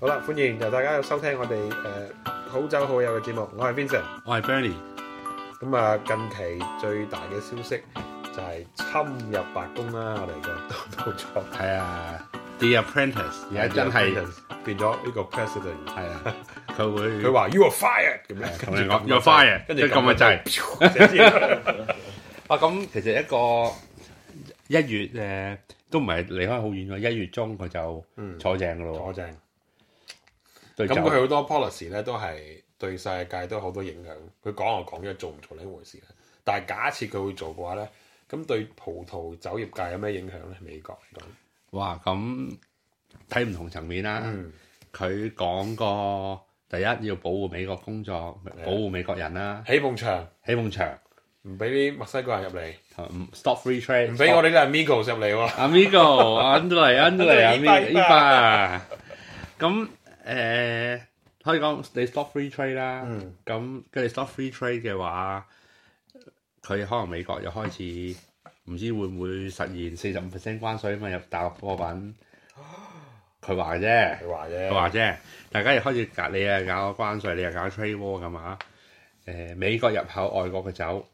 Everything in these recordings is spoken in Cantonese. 好啦，歡迎由大家收聽我哋誒、呃好酒好友嘅節目，我係 Vincent。我係 Bernie，咁啊，近期最大嘅消息就係侵入白宮啦，我哋個 Donald Trump 係啊，The à, Apprentice Dạ, 而家真係變咗呢個 president，係啊，佢會佢話 you are fired 咁樣，咁跟住樣撳講又個掣 fire，跟跟住住撳嘅掣。就寫字啊，咁其實一個一月誒、呃都唔係離開好遠喎，一月中佢就嗯坐正噶咯坐正。喎，對咁走佢好多 policy 咧都係對世界都好多影響。佢講就講咗，做唔做呢回事咧。但係假設佢會做嘅話咧，咁對葡萄酒業界有咩影響咧？美國嚟講，哇咁睇唔同層面啦。嗯，佢講過第一要保護美國工作，啊保護美國人啦，起埲牆起埲牆唔俾啲墨西哥人入嚟，同唔，stop Ờ, free trade，唔俾我哋啲 amigos 入嚟喎。Amigo, Andrei, Andrei, Andrei, Amigo, Iba。咁誒，可以講你 stop free trade 啦。嗯咁跟住 stop free trade 嘅話，佢可能美國又開始唔知會唔會實現四十五 percent 關税啊嘛入大陸貨品。啊佢話啫，佢話佢啫，話啫，大家又開始隔你啊搞關税，你又搞 trade war 咁啊。誒，美國入口外國嘅酒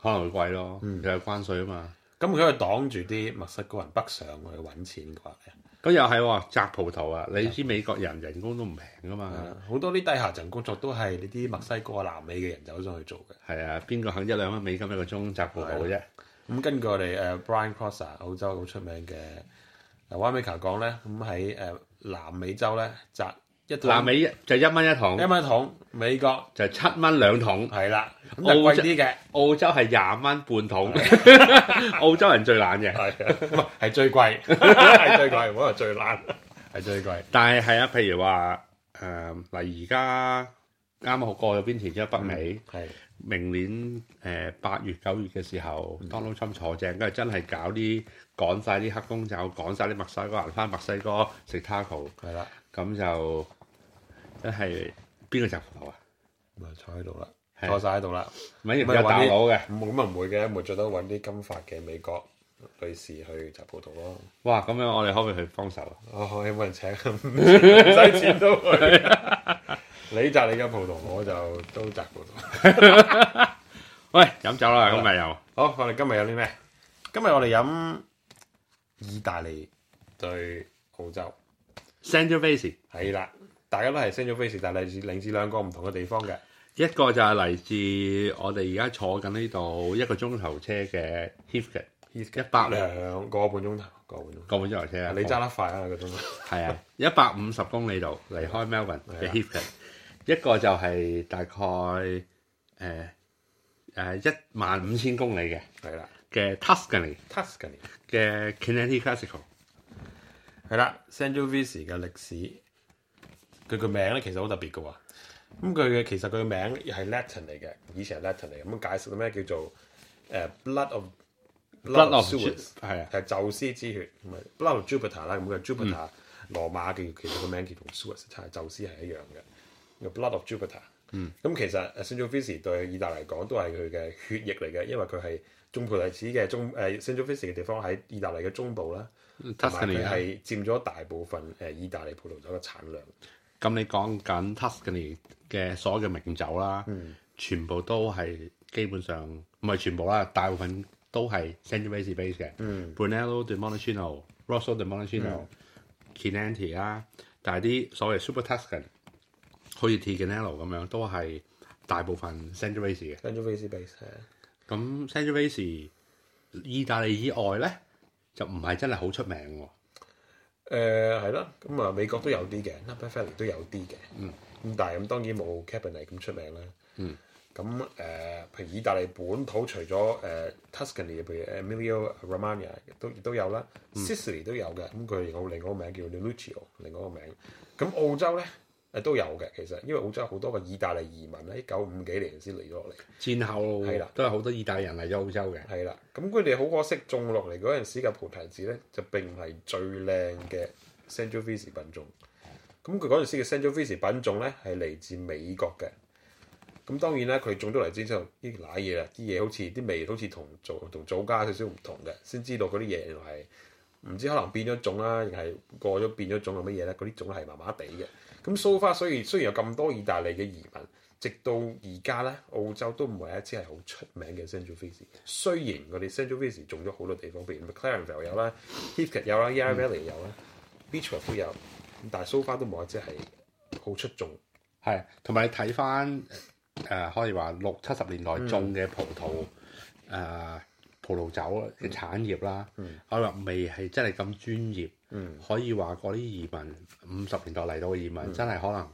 可能會貴咯，嗯又有關税啊嘛。咁佢係擋住啲墨西哥人北上去揾錢嘅話咧，咁又係喎，摘葡萄啊！你知美國人人工都唔平噶嘛？啊好多啲低下層工作都係呢啲墨西哥、南美嘅人走上去做嘅。係啊，邊個肯一兩蚊美金一個鐘摘葡萄嘅啫？咁根據我哋誒 Brian Crosser 澳洲好出名嘅誒 winemaker 講咧，咁喺誒南美洲咧摘一桶南美就一蚊一桶一，蚊一桶，美國就七蚊兩桶。係啦，咁就澳貴洲啲嘅，澳洲係廿蚊半桶，澳洲人最懶嘅。係啊唔係係最 貴，係最貴，唔好話最爛，係最貴。但係係啊，譬如話誒嗱，而家啱啱好過咗邊條啫？北美嗯係明年誒八月九月嘅時候，Donald Trump 坐正，跟住真係搞啲趕晒啲黑工酒，趕晒啲墨西哥人翻墨西哥食 taco。係啦，咁就真係邊個摘葡萄啊？咁啊坐喺度啦，係坐晒喺度啦。唔係有咪話啲大佬嘅，咁咁啊唔會嘅，咪最多揾啲金髮嘅美國女士去摘葡萄咯。哇！咁樣我哋可唔可以去幫手啊？哦，有冇人請？ 唔使錢都去。 你摘你嘅葡萄，我就都摘葡萄。喂，飲酒啦，咁咪又好，我哋今日有啲咩？今日我哋飲意大利對澳洲， Send your face，係啦，大家都係 Saint Face，但係嚟自嚟自兩個唔同嘅地方嘅。一個就係嚟自我哋而家坐緊呢度一個鐘頭車嘅 Heathcote，一百兩個半鐘頭，個半鐘。個半鐘頭車啊！你揸得快啊，個鐘頭。係啊，一百五十公里度離開 Melbourne 係嘅啊 Heathcote，一個就係大概誒誒一萬五千公里嘅係啦嘅 Tuscany ，Tuscany 嘅 Chianti Classico。係啦，Saint Face 嘅歷史，佢個名咧其實好特別嘅喎。咁佢嘅其實佢嘅名係 Latin 嚟嘅，以前係 Latin 嚟嘅。咁解釋到咩叫做誒 Blood of Blood of Ju- Suez 係啊，係宙斯之血，唔係 Blood of Jupiter 啦，咁嘅 Jupiter 羅馬嘅其實個名叫同 Suez，即係宙斯係一樣嘅，叫 Blood of Jupiter。嗯，咁其實 s a n t o f i s i 對意大利嚟講都係佢嘅血液嚟嘅，因為佢係中葡提子嘅中誒 s a n t o f i s i 嘅地方喺意大利嘅中部啦，同埋 Tuscany 佢啊係佔咗大部分誒意大利葡萄酒嘅產量。咁你講緊 Tuscany 嘅所有嘅名酒啦，嗯全部都係基本上唔係全部啦，大部分都係 Sangiovese base 嘅、Brunello 嗯 de Montalcino、Rosso de Montalcino、Chianti 啦，但係啲所謂 Super Tuscan 好似 Tignanello 咁樣，都係大部分 Sangiovese 嘅。 s a n t o f i s i base 係啊咁 Sangiovese 意大利以外咧，就唔係真係好出名喎。誒係啦，咁啊美國都有啲嘅 n a p a Valley 都有啲嘅，嗯，咁但係咁當然冇 Cabernet 咁出名啦，嗯，咁誒、呃譬如意大利本土除咗誒、呃 Tuscany，譬如 Emilio Romagna 都亦都有啦、s i c i l y 都有嘅，咁佢有另外一個名叫 Lucio，另外一個名，咁澳洲咧誒都有嘅，其實因為澳洲好多個意大利移民喺九五幾年先嚟咗落嚟。戰係啦後都有好多意大利人嚟咗澳洲嘅。係啦，咁佢哋好可惜種落嚟嗰陣時嘅菩提子咧，就並唔係最靚嘅 Sangiovese 品種。咁佢嗰陣時嘅 Sangiovese 品種咧係嚟自美國嘅。咁當然啦，佢種咗嚟之後，呢啲嘢啦，啲嘢好似啲味好似同做同祖家少少唔同嘅，先知道嗰啲嘢原來係唔知可能變咗種啦，定係過咗變咗種係啊乜嘢咧？嗰啲種係麻麻地嘅。咁 so far，所以雖然有咁多意大利嘅移民，直到而家咧，澳洲都唔係一支係好出名嘅 Sangiovese。雖然我哋 Sangiovese 種咗好多地方，譬如 McLarenville 有啦，Heathcote 有啦，Yarra 嗯 Valley 有啦，Beechwood 都有，但係 so far 都冇一支係好出眾。係，同埋你睇翻誒，可以話六七十年代嗯種嘅葡萄誒、葡萄酒嘅產業啦，嗯可能未係真係咁專業，可以話嗰啲移民五十年代嚟到嘅移民，嗯真係可能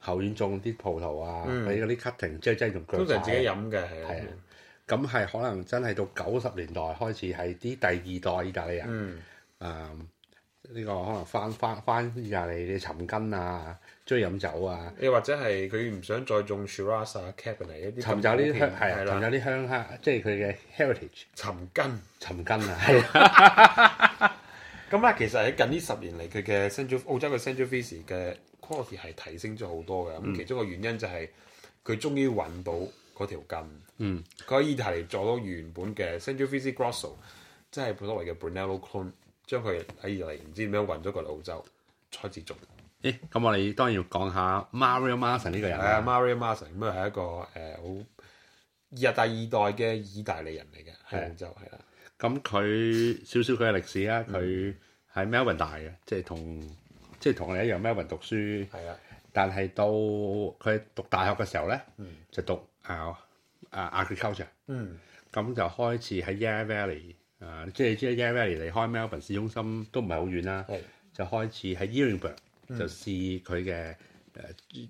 後院種啲葡萄啊，或者嗰啲 cutting，即係真係用腳通常自己踩啊飲嘅係係啊啊，咁係可能真係到九十年代開始係啲第二代意大利人，誒嗯呢、個可能翻翻翻意大利嘅尋根啊，中意飲酒啊，又或者係佢唔想再種 Shiraz 啊、Cabernet 一啲尋找啲鄉係啊，係尋找啦，啲鄉下，即係佢嘅 heritage 尋根。尋根 啊，係啊，咁咧，其實喺近呢十年嚟，佢嘅 Central 澳洲嘅 Central f i s 嘅 quality 係提升咗好多嘅。咁、其中一個原因就係佢終於揾到嗰條筋。嗯，佢喺意大利做到原本嘅 Central f i s Grosso，即係所謂嘅 Brunello clone，將佢喺意大利唔知點樣運咗過嚟澳洲，開始做。咦，咁我哋當然要講下 Mario Marson 呢個人係啊啦， ，Mario Marson 咁啊係一個誒好、日第二代嘅意大利人嚟嘅，喺澳洲係啦。咁佢少少佢嘅歷史啊，佢喺 Melbourne 大嘅，即係同即係同我哋一樣 Melbourne 讀書。係啊，但係到佢讀大學嘅時候咧，就讀啊啊 agriculture，嗯咁就開始喺 Yarra Valley 啊，即係你知啦 Yarra Valley 離開 Melbourne 市中心都唔係好遠啦，係就開始喺 Yeringberg 就試佢嘅誒，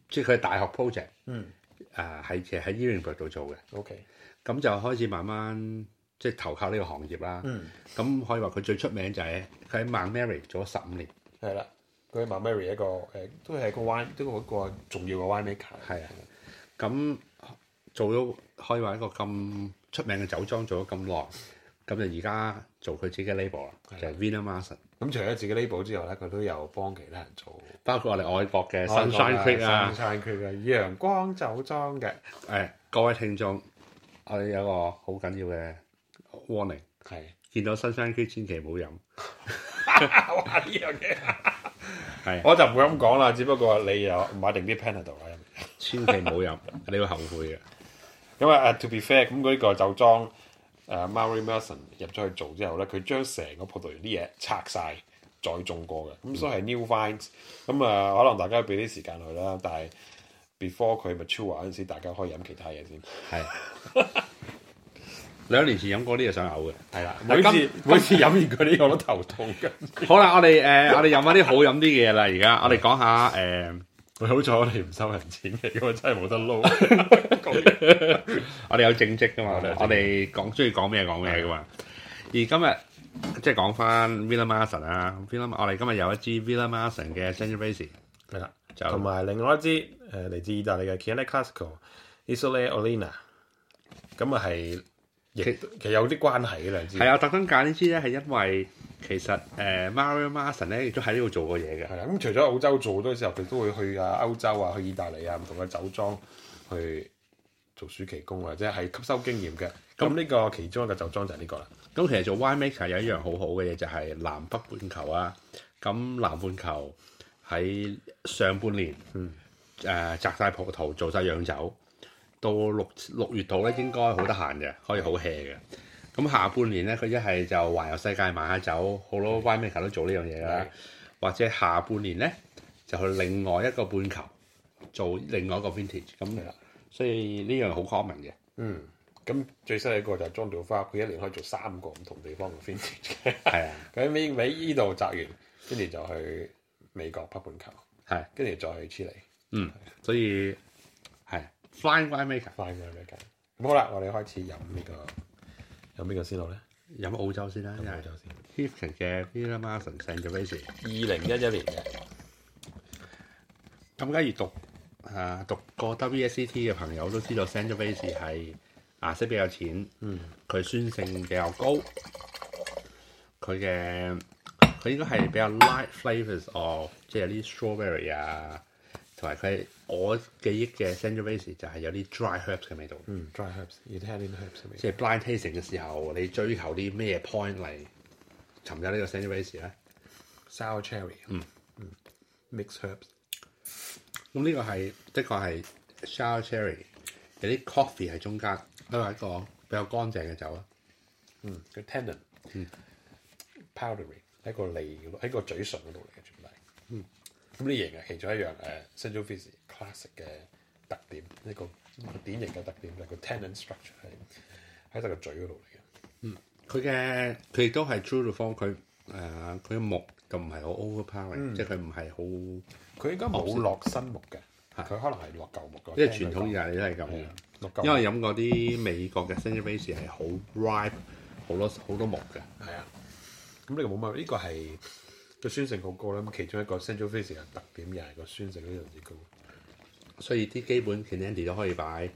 即係佢嘅大學 project，嗯啊係其實喺 Yeringberg 度做嘅， ，OK，咁就開始慢慢即係投靠呢個行業啦。嗯咁、可以話佢最出名就係佢喺 Mount Mary 做咗十五年，係啦。佢係 Mount Mary 一個誒、都係一個 wine，都係一個重要嘅 winemaker。係啊，咁做咗可以話一個咁出名嘅酒莊做咗咁耐，咁就而家做佢自己嘅 label 啦，就係 Vina Marson，咁除咗自己 label 之外咧，佢都有幫其他人做包括我哋外國嘅 Sunshine Creek 啊， ，Sunshine Creek 啊，陽光酒莊嘅，誒各位聽眾，我哋有一個好緊要嘅 warning，係見到 Sunshine Creek 千祈唔好飲， 哇呢樣嘢係我就唔會咁講啦，只不過你又買定啲 Panadol 啊啦。千祈唔好飲，你會後悔嘅。 因為誒 to be fair，咁佢呢個酒莊誒 Mary Mason 入咗去做之後咧，佢將成個葡萄園啲嘢拆晒，再種過嘅，咁所以係 new vines。咁啊，可能大家俾啲時間佢啦，但係 before 佢 mature 嗰陣時，大家可以飲其他嘢先。係兩年前飲過啲嘢想嘔嘅。係啦，但每次今 每次飲完佢啲我都頭 痛嘅。好啦，我哋誒、我哋飲翻啲好飲啲嘅嘢啦。而家我哋講下誒、喂，好彩我哋唔收人錢嘅，咁啊真係冇得 撈。我哋有正職噶嘛，我哋有正職我哋講中意講咩講咩噶嘛。而今日即係講翻 Villa Marson 啊，Villa 我哋今日有一支 Villa Marson 嘅 s a n g i o v e s e 係啦，就同埋另外一支誒嚟、自意大利嘅 Chianti Classico Isola Olena，咁啊係亦其其實有啲關係嘅兩支。係啊，我特登揀呢支咧係因為其實誒、Mario Marson 咧亦都喺呢度做過嘢嘅，係啦，啊咁除咗澳洲做好多時候，佢都會去啊歐洲啊、去意大利啊唔同嘅酒莊去做暑期工或者係吸收經驗嘅。咁呢個其中一個酒莊就係呢個啦。咁其實做 winemaker 有一樣好好嘅嘢就係、南北半球啊。咁南半球喺上半年，誒、嗯摘晒葡萄做晒釀酒，到六六月度咧應該好得閒嘅，可以好 hea 嘅。咁下半年咧，佢一係就環遊世界買下酒，好多 winemaker 都做呢樣嘢啦嗯係。或者下半年咧就去另外一個半球做另外一個 vintage 咁係啦，所以呢樣好 common 嘅。嗯，咁最犀利一個就係莊道花，佢一年可以做三個唔同地方嘅 vintage 嘅。係啊，佢喺美美依度摘完，跟住就去美國北半球，係跟住再去 Chile，嗯，所以係 fine winemaker。翻咗嚟緊。咁好啦，我哋開始飲呢、個飲邊個先好咧？飲澳洲先啦，因飲澳為洲先。 Hifkin 嘅 Villa Marson San g i o v e s e 啊二零一一年嘅，咁假如讀啊讀過 WSET 嘅朋友都知道 San g i o v e s e 係顏色比較淺，嗯，佢酸性比較高，佢嘅佢應該係比較 light flavours of 即係有啲 strawberry 啊，同埋佢我記憶嘅 San g i o v e s e 就係有啲 dry herbs 嘅味道。嗯，dry herbs，Italian herbs 即係 blind tasting 嘅時候，你追求啲咩 point 嚟尋日呢個 s a n g r a s e 咧， sour cherry，嗯 Mm. 嗯，mix herbs，咁呢個係的確係 s h o u r cherry 有啲 coffee 喺中間，都係一個比較乾淨嘅酒啦。Mm. 嗯，個 tannin，powdery 喺個脷嗰度，喺個嘴唇嗰度嚟嘅全部係。Mm. 咁呢型係其中一樣誒 s a n g r f i s classic 嘅特點，一個一個典型嘅特點就係個 tannin structure 係喺度個嘴嗰度嚟嘅。佢嘅佢亦都係 true to form，佢誒佢嘅木就唔係好嗯 overpowering，即係佢唔係哦好。佢應該冇落新木嘅，係佢可能係落舊木嘅。因為傳統意大利都係咁係啊六嘅，嚿因為飲過啲美國嘅 s a n g r a s e 係好 ripe，好多好多木嘅。係啊，咁呢個冇乜，呢、個係個酸性好高啦。咁其中一個 Central f a s i 嘅特點又係個酸性非常之高。所以啲基本 Candy 都可以擺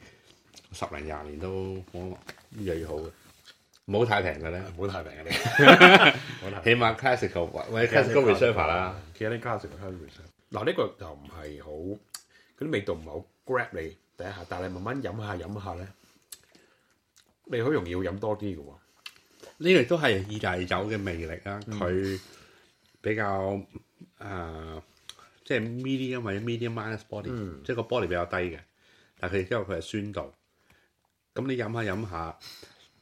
十零廿年都冇越嚟越好嘅，唔好太平 嘅咧，唔好太平啊你，唔好太起平碼 classical 或或者 classical reserve 啦，，其他啲 classic 嘅 reserve。嗱呢個就唔係好，嗰啲味道唔係好 grab 你第一下，但係你慢慢飲下飲下咧，你好容易會飲多啲嘅喎。呢個亦都係意大利酒嘅魅力啦，佢比較誒、呃即係 medium 或者 medium minus body，、即嗯係個 body 比較低嘅，但係佢亦都有佢嘅酸度。咁你飲下飲下，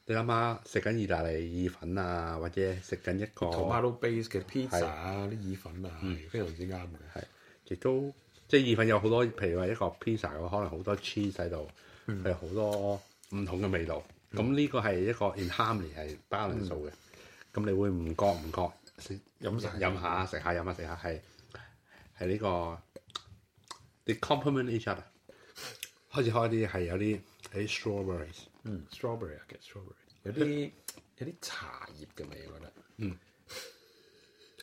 你諗下食緊意大利意粉啊，或者食緊一個 tomato base 嘅 pizza 啊，啲意粉啊，係非常之啱嘅。亦都即係意粉有好多，譬如話一個 pizza 咁，可能好多 cheese 喺度，嗯係好、多唔同嘅味道。咁呢、個係一個 in harmony 係 balance 數嘅。咁、你會唔覺唔覺食嗯飲晒飲下食下飲下食下係係呢個 they complement each other。開始開啲係有啲係啲 strawberries，嗯，strawberry 啊，其實 strawberry 有啲有啲茶葉嘅味，我覺得。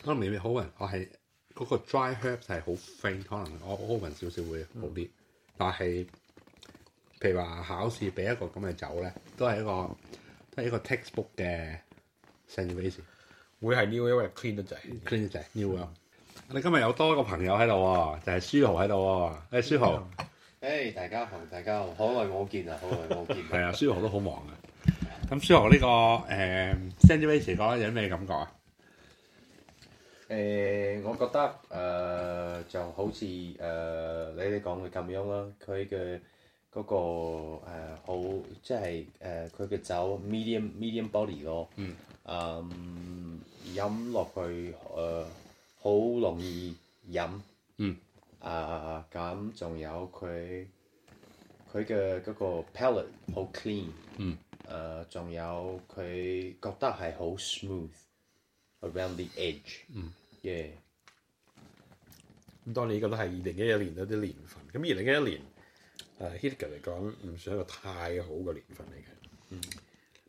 可能未必好人，我係嗰個 dry herbs 係好 faint，可能我 open 少少會好啲。但係譬如話考試俾一個咁嘅酒咧，都係一個都係一個 textbook 嘅 s e n s a t i o 會係 new 因為 clean 得滯。 n clean 仔 new 啊！你今日有多一個朋友喺度喎，就係、書豪喺度喎。誒、書豪誒、大家好，大家好，好耐冇見啦，好耐冇見啦。係啊，書豪都好忙啊。咁書豪呢、個誒 s e n s a t i o n 講有啲咩感覺啊？誒、我覺得誒、就好似誒、你哋講嘅咁樣啦，佢嘅嗰個、呃、好，即係誒佢嘅酒 medium medium body 咯。嗯。飲落去誒，好、容易飲。嗯。啊、咁仲有佢佢嘅嗰個 palate 好 clean。嗯。誒、仲有佢覺得係好 smooth around the edge。嗯。Yeah。咁當然呢個都係二零一一年嗰啲年份。咁二零一一年，誒 h i t g e r 嚟講唔算一個太好嘅年份嚟嘅，嗯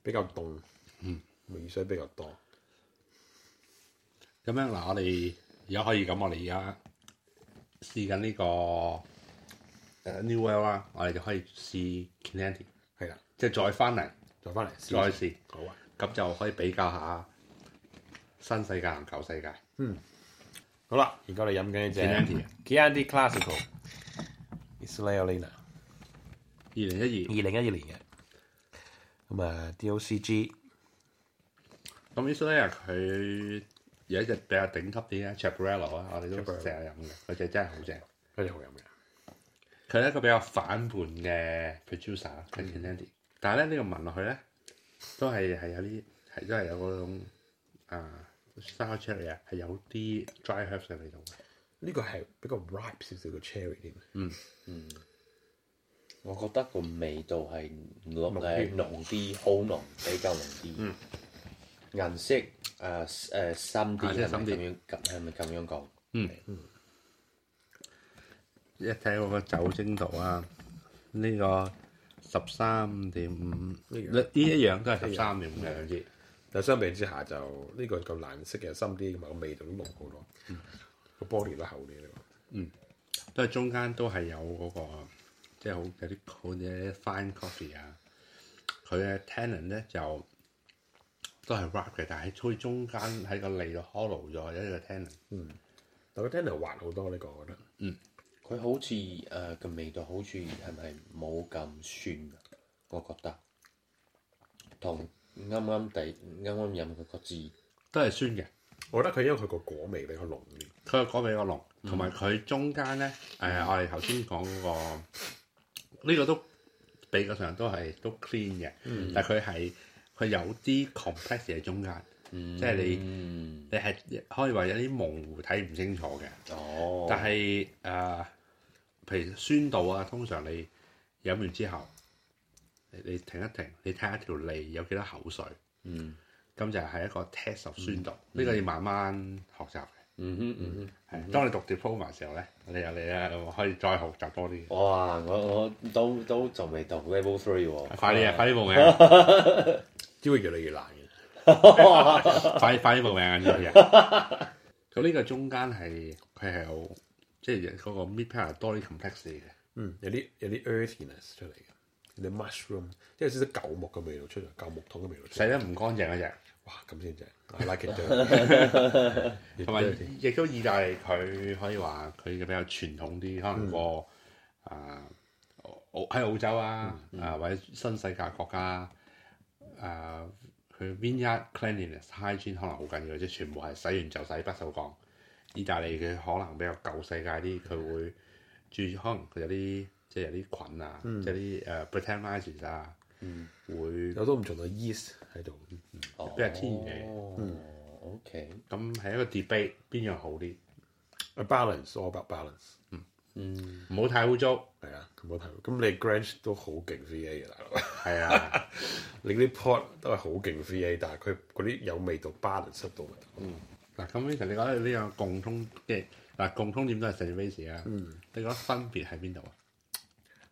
比較凍，嗯，雨水比較多。咁樣嗱，我哋而家可以咁，我哋而家試緊呢個誒 New Well 啦，我哋就可以試 Candy，係啦，即係再翻嚟再翻嚟試再試試，好啊。咁就可以比較下新世界同舊世界。好啦，而家我哋飲緊呢只 Chianti Chianti Classical Isolina 二零一二零一二年嘅，咁啊 DOCG 二，咁 Isola 佢有一隻比較頂級啲嘅 c h a p r e l l o 啊，我哋都 Chaparral 成日飲嘅，佢隻真係好正。非常好飲嘅。佢係一個比較反叛嘅 producer 佢 c a n a d y 但係咧呢個聞落去咧，都係係有啲係都係有嗰種啊 sour cherry 啊，係有啲 dry herbs 嘅味道嘅。呢個係比較 ripe 少少嘅 cherry 添，我覺得個味道係濃啲誒濃啲，好濃，比較濃啲。嗯。顏色誒誒、深啲，顏色係深咪啲咁樣？咁係咪咁樣講？嗯一睇嗰個酒精度啊，呢、個十三點五，呢呢一樣都係十三點五嘅兩支。但相比之下就呢、個個藍色嘅深啲，同埋個味道都濃好多，個 body 都厚啲呢個。都係中間都係有嗰、個，即係好有啲好嘅 fine coffee 啊。佢嘅 tannin 咧就都係 wrap 嘅，但係喺中間喺個脷度 hollow 咗一個 tannin。但個 tannin 滑好多呢、個，我覺得佢好似誒個味道好似係咪冇咁酸啊？我覺得同啱啱第啱啱飲嗰個字都係酸嘅。我覺得佢因為佢個果味比較濃啲，佢個果味個濃，同埋佢中間咧，誒、我哋頭先講嗰個呢、個都比較上都係都 clean 嘅，但係佢係佢有啲 complex 喺中間，即係你嗯，你係可以話有啲模糊睇唔清楚嘅。哦，但係誒、呃譬如酸度啊，通常你飲完之後，你你停一停，你睇下條脷有幾多口水，嗯咁就係一個 test of 酸度。呢、個要慢慢學習嘅。嗯哼嗯哼。係，當你讀 diploma 嘅時候咧，你又你啊可以再學習多 啲。哇！我我都都仲未讀 level three 喎、快啲啊！快啲報名啊！只會越嚟越難嘅。快快啲報名啊！呢個嘢。咁呢個中間係佢係有即係嗰個 mid pair 多啲 complex 嘅。嗯，有啲有啲 earthiness 出嚟嘅，有啲 mushroom，即係有少少舊木嘅味道出嚟，舊木桶嘅味道出洗嚟。得唔乾淨嗰只，哇，咁先正，I like it dirty。同埋亦都意大利佢可以話佢嘅比較傳統啲，可能個啊澳喺澳洲啊，啊或者新世界國家啊，佢 vineyard cleanliness hygiene 可能好緊要，即係全部係洗完就洗不鏽鋼。意大利佢可能比較舊世界啲，佢會注意可能佢有啲即係有啲菌啊，即係啲誒 b r i t a n i s e s 啊，會 有都唔同嘅 yeast 喺度，哦都係天嗯然哦，OK，咁係一個 debate 邊樣好啲， A balance all about balance。嗯，唔好太污糟。係啊，咁我睇到，咁你 Grange 都好勁 VA 嘅大佬， 係啊，你啲 pot 都係好勁 VA，但係佢嗰啲有味道 balance 到咪得咯嗱咁 Vincent，你覺得呢樣共通即係嗱共通點都係 s e r v i c e 啊？嗯，你覺得分別喺邊度啊？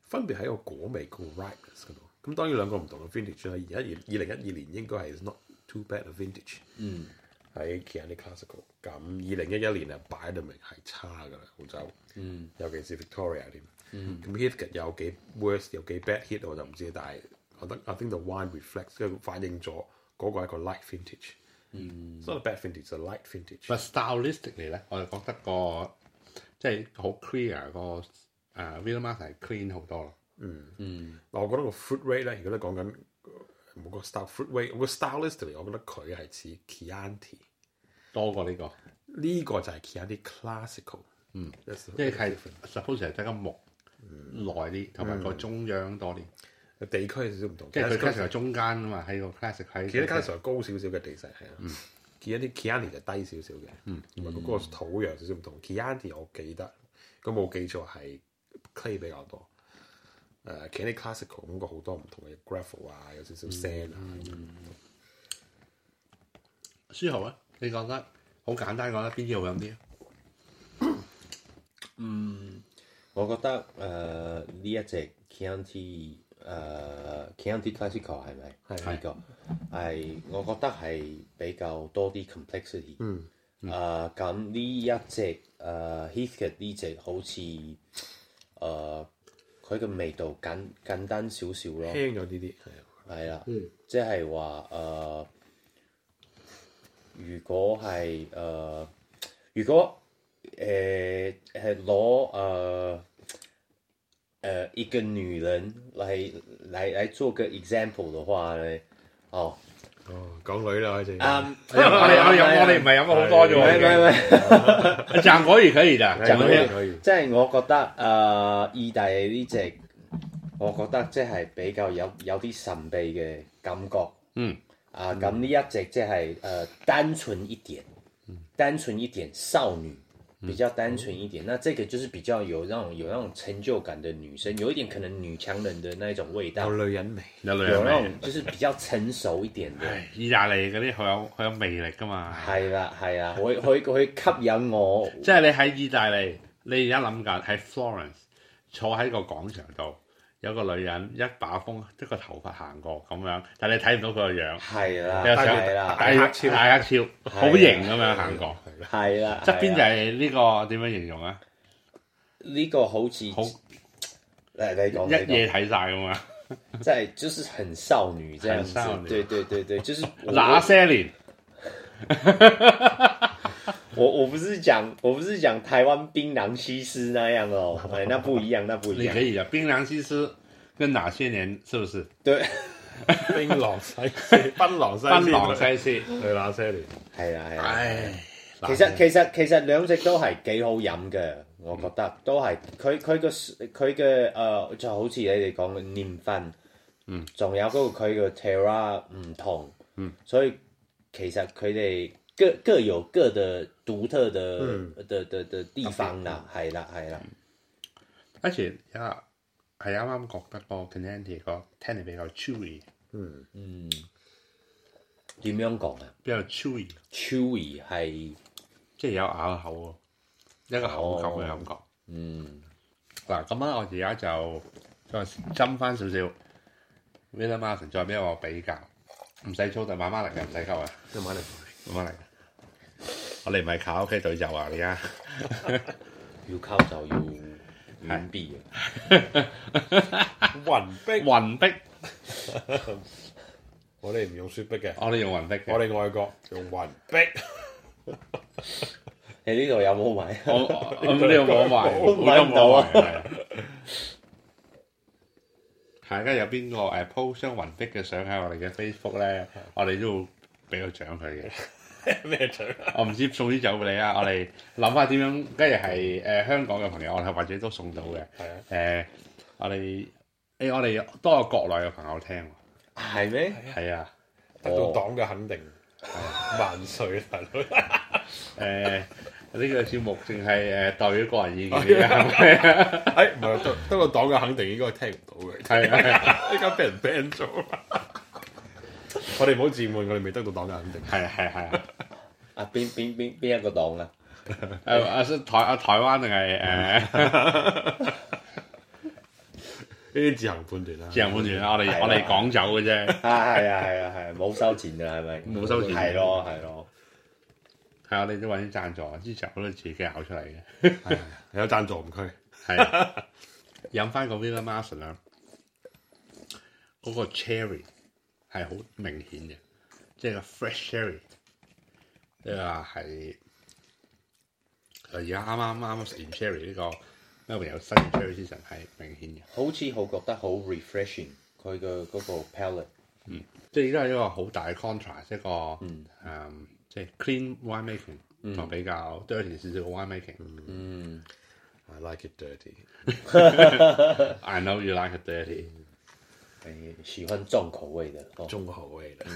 分別喺個果味個 ripeness 嗰度。咁當然兩個唔同嘅 vintage 啦，而家二二零一二年應該係 not too bad a vintage。嗯，喺 Kiani Classical。咁二零一一年啊，擺到明係差㗎啦，澳洲。嗯，尤其是 Victoria 添。嗯，咁 Heathcote 有幾 worse 有幾 bad hit 我就唔知，但係我覺得 I think the wine reflects 即係反映咗嗰個係一個 light vintage。嗯，it's not a bad vintage，it's a light vintage。但 stylistic 嚟咧，我就覺得個即係好 clear 個誒 v i l l a m a s 係 clean 好多咯。嗱，我覺得個 fruit rate 咧，如果你講緊呃冇個 style fruit rate，我個 stylist 嚟，我覺得佢係似 Chianti。多過呢、個，呢個就係 Chianti classical。嗯，即係係 suppose 係得個木耐啲，同埋個中央多啲，地區有少少唔同。即係佢 classic 係 classical 中間啊嘛，喺個 classic 喺 Chianti classical 係高少少嘅地勢係啊。Chianti Chianti 就低少少嘅，同埋嗰個土壤少少唔同。Chianti 我記得，咁冇記錯係 clay 比較多。誒 Chianti classical 咁個好多唔同嘅 gravel 啊，有少少 sand 啊。書豪啊，你覺得好簡單講得邊啲好飲啲啊？嗯我覺得誒呃呢、一隻 Chianti 誒、Chianti Classico 係咪？係呢個係我覺得係比較多啲 complexity。嗯。啊、咁呢一隻誒、Heathcote 呢只好似誒佢嘅味道簡簡單少少咯。輕咗啲啲，係啊。係啦，即係話誒，如果係誒、呃如果誒係攞誒誒呃一個女人嚟嚟嚟做個 example 嘅話咧，哦，哦，講女啦開始。啊， 嗯 我哋我哋飲我哋唔係飲咗好多啫喂喎喂 喂。賺可以可以啦，係賺可可以以。可以。即係我覺得誒、呃意大利呢只，我覺得即係比較有有啲神秘嘅感覺。嗯。啊，咁呢一隻即係誒單純一點，嗯單純一點少女，比較單純一點。那這個就是比較有那種有那種成就感的女生，有一點可能女強人的那一種味道有，女人味。有女人有那味，種就是比較成熟一點的。唉意大利嗰啲好有好有魅力噶嘛。係啦，係啦，佢佢佢吸引我。即係你喺意大利，你而家諗緊喺 Florence 坐喺個廣場度，有個女人一把風，一個頭髮行過咁樣，但係你睇唔到佢個樣，係啦，你又想係啦，啊大黑超，大黑超，好型咁樣行過。係啦。係啦。側邊就係啦係啊呢個點樣形容啊？呢個好似好嚟嚟講，一你夜睇晒咁啊嘛。講即係就是很少女這樣很少子，女對對對對，就是我那些年我我不是講我不是講台灣檳榔西施那樣哦，哎，那不一樣，那不一你可樣，以啊，檳榔西施跟那些年是不是？對 冰狼 西施，檳榔西施，檳榔西施，去那些年，係啦係啦。唉，其實其實其實兩隻都係幾好飲嘅，我覺得都係佢佢個佢嘅誒就好似你哋講嘅年份，嗯，仲有嗰個佢嘅 terra 唔同，嗯，所以其實佢哋各各有各的獨特的的的的地方啦，係啦係啦，而且啊，係啱啱覺得個 Cananti 個聽嚟比較 chewy，嗯點樣講啊比較 chewy， ？Chewy 係即係有咬口喎，一個口感嘅感覺。嗯嗱，咁啊，我而家就再斟翻少少 w i l l i a m a r t i n 再俾我比較，唔使操就慢慢嚟嘅，唔使急啊，今晚嚟，慢慢嚟。我哋唔係靠屋企對就啊，而家要溝就要軟啲嘅，雲碧， 雲碧，我哋唔用雪碧嘅，我哋用雲碧嘅我。哋外國用雲碧，你呢度有冇位？我 我呢度冇埋，買唔到啊係！係，跟住有邊個誒 po 張雲碧嘅相喺我哋嘅 Facebook 咧，我哋都會俾個獎佢嘅。 咩獎啊？我唔知送啲酒俾你啊！我哋諗下點樣，跟住係誒香港嘅朋友，我哋或者都送到嘅。係啊，誒、我哋誒、我哋多有國內嘅朋友聽 係咩？喎，係啊，得到黨嘅肯定，萬歲大 佬！誒、呢、個節目淨係誒代表個人意見嘅，係 咪啊？誒唔係得得到黨嘅肯定，應該聽唔到嘅。 係啊，依家俾人 ban 咗。 我哋唔好自滿，我哋未得到黨嘅肯定。係啊，係啊係啊。啊邊邊邊邊一個檔啊？ 誒啊！台啊台灣定係誒呢啲自行判斷啦。自由判斷啦，我係啊哋我哋講酒嘅啫， 啊，係啊，係啊，係啊，冇收錢㗎，係咪？冇收錢係咯，係咯。係我哋都揾啲贊助，啲酒都自己咬出嚟嘅，係有贊助唔區。係啊 飲翻個 Villa Mason 啦，啊嗰個 cherry 係好明顯嘅，即係個 fresh cherry，即係話係而家啱啱啱啱食完 cherry 呢個，因為有新嘅 cherry season 係明顯嘅，好似好覺得好 refreshing，佢嘅嗰個 palette 即係而家係一個好大嘅 contrast，一個誒、嗯即係 clean wine making 同比較 dirty 少少嘅 wine making。嗯， I like it dirty。 I know you like it dirty。係喜歡重口味的。哦中後衛啦。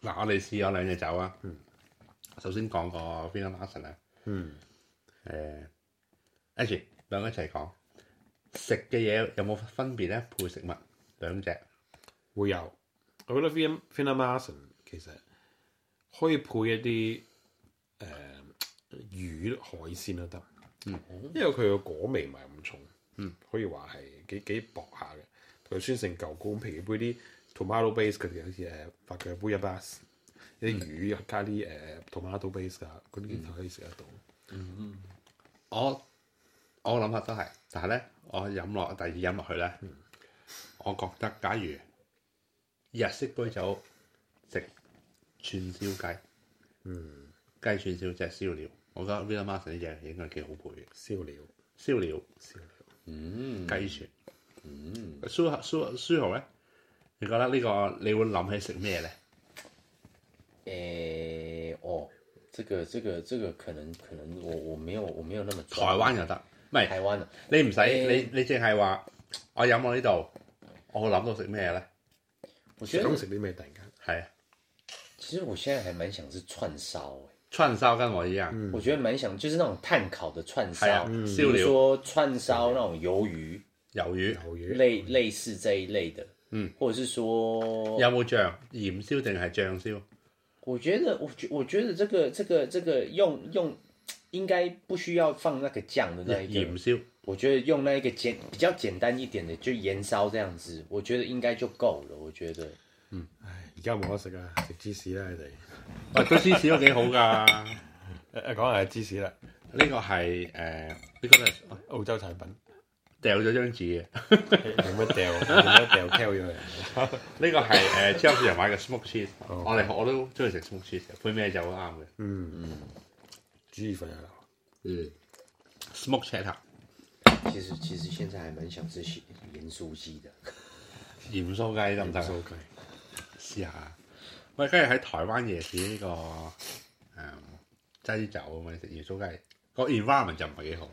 嗱，我哋試咗兩隻酒啊。首先講個 v i n a m a s o n 啊。嗯。誒，H 兩個一齊講食嘅嘢有冇分別咧？配食物兩隻會有。我覺得 Vin f i n a m a s o n 其實可以配一啲誒、呃、魚海鮮都得，嗯，因為佢個果味唔係咁重，嗯，可以話係幾幾薄下嘅，同佢酸性夠高。咁譬如杯啲 tomato base 佢哋好似誒法國嘅 b o u i l l a b a s 啲魚加啲誒 tomato base 啊，嗰啲就可以食得到。我我諗下都係，但係咧，我飲落第二飲落去咧，我覺得假如日式杯酒食串燒雞，嗯，雞串燒即係燒料，我覺得 v i n a m a s o n 呢隻應該幾好配嘅，燒料，燒料。燒料，嗯，雞全。嗯，蘇豪蘇豪蘇豪咧，你覺得呢、個你會諗起食咩咧？誒，哦，這個這個這個可能可能我我沒有我沒有那麼台灣又得，唔係台灣啊，你唔使嗯你你淨係話我飲我呢度，我會諗到食咩咧？我覺想得食啲咩突然間？係啊其實我現在還蠻想吃串燒誒串燒跟我一樣，我覺得蠻想就是那種炭烤的串嗯係啊燒，，比燒如料、說串燒那種魷魚。魷魚，有魚，類類似這一類的，嗯，或者是说，有冇醬？鹽燒定係醬燒？我觉得我觉我觉得这个这个这个用用应该不需要放那个酱的那一鹽个，燒我觉得用那一个简比较简单一点的，就盐烧这样子，我觉得应该就够了。我觉得唉，而家冇得食啊，食芝士啦你哋。喂，都芝士都幾好誒㗎。誒講下芝士啦，呢個係誒呢個咧澳洲產品。掉咗張紙嘅，冇乜掉，冇乜掉 tell 咗佢。呢個係誒超級市場買嘅 smoke cheese，我哋我都中意食 smoke cheese，嘅配咩酒都啱嘅。煮意粉啊，嗯，smoke cheddar 其实其实现在还蛮想吃咸盐酥鸡的。鹽酥雞得唔得啊？酥雞試下。喂，跟住喺台灣夜市呢、個誒、擠酒咁樣食鹽酥雞，個 environment 就唔係幾 好，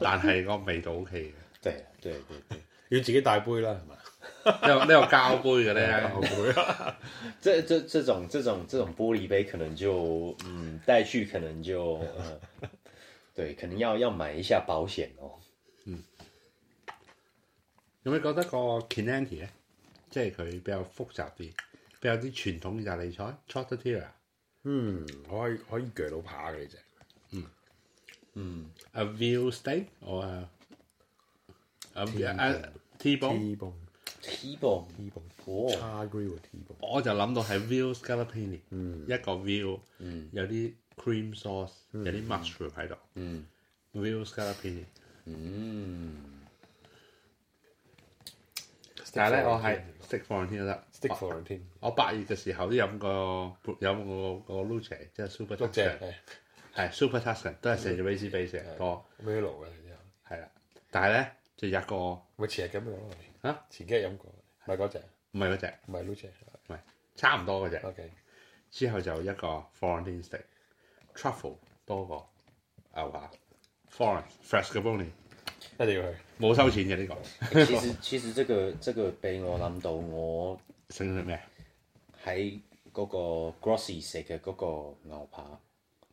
但係個味道 OK 对啊对对对，要自己帶杯啦，係嘛？嘅。呢個呢個膠杯嘅咧，後啊悔啦，这这这种这种这种玻璃杯可能就嗯带去可能就呃，对，可能要要买一下保险哦。有冇覺得個 c a n a n t i 咧，即係佢比較複雜啲，比較啲傳統意大利菜 c h o t t e r a 嗯，可以可以鋸到扒嘅呢只，嗯， a veal steak or a a, a T-bone， T-bone t b T-bone，哦，叉 grill 嘅 T-bone，我就諗到係 veal scallopini，一個 veal，有啲 cream sauce，有啲 mushroom 喺度嗯，veal scallopini。嗯，但係咧，我係 stick for 天得。 stick for 添，我八月嘅時候都飲過飲過個 luce，即係 super 碌只 tuscan，係 super tuscan，都係食咗 base base 嘅多，咩爐嘅之後，係啦。但係咧就有一個咪前日咁樣咯，嚇，前幾日飲過，唔係嗰只，唔唔係嗰只，係碌只唔係差唔多嗰只。 ，OK，之後就一個 Florentine steak truffle 多過牛扒 Florence frescoboni 一定要去，冇收錢嘅呢、個，其实其实这个这个俾我諗到我食咗咩喺嗰個 Grossy 食嘅嗰個牛扒，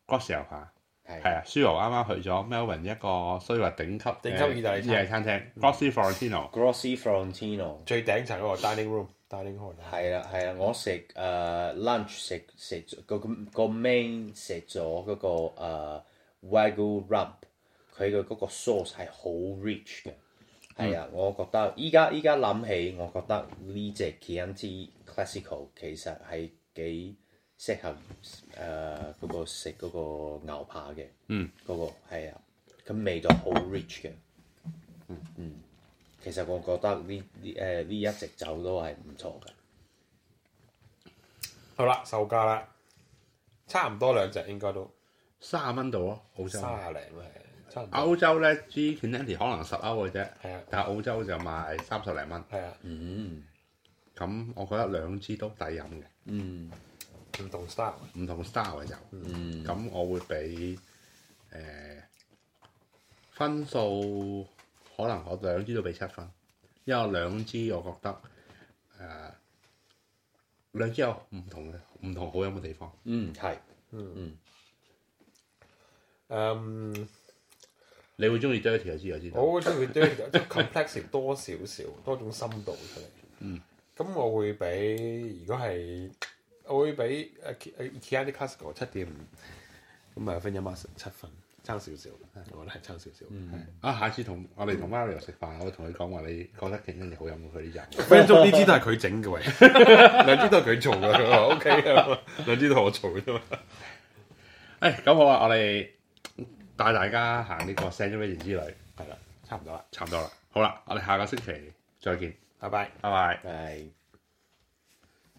？Gross 牛扒係係啊，舒豪啱啱去咗 Melbourne 一個雖話頂級頂級意大利餐嘅餐廳 Gross Florentino， Grossy Frontino。最頂層嗰個 dining room，dining hall 啊係啦，係啦，我食誒、呃 lunch 食食咗個個 main 食咗嗰個、呃、wagyu rump，佢嘅嗰個 sauce 係好 rich 嘅。係啊，我覺得依家依家諗起，我覺得呢只 Chianti Classico 其實係幾適合誒嗰、個食嗰個牛扒嘅。嗯，嗰、個係啊，咁味道好 rich 嘅。嗯其實我覺得呢呢誒呢一隻酒都係唔錯嘅。好啦，售價啦，差唔多兩隻應該都三十蚊度咯，澳洲。三廿零啦，係差唔多，歐洲咧 G c a n a n t i 可能十歐嘅啫，係啊，但係澳洲就賣三十零蚊。係啊，嗯咁我覺得兩支都抵飲嘅，嗯唔同 style，唔同 style 嘅就。嗯，咁我會俾誒、呃分數，可能我兩支都俾七分，因為我兩支我覺得誒、兩支有唔同嘅唔同好飲嘅地方。嗯係，嗯，你會中意 dirty 嘅支我知道，我會中意 d i r t 即係 complexity 多少少，多種深度出嚟，咁我會俾如果係我會俾誒 Kiani Classical 七點五，咁啊 f i n a m a s 七分，差少少，我覺得係差少少，啊！下次同我哋同 Mario 食飯，我同佢講話，你覺得勁跟住好飲過佢啲酒。分鐘呢支都係佢整嘅喂，兩支都係佢做嘅，佢話 OK 啊，兩支都係我做嘅啫嘛。誒咁好啊！我哋帶大家行呢個 s a n d w i c h 之旅，係啦，差唔多啦，差唔多啦。好啦，我哋下個星期再見，拜拜。拜拜。係。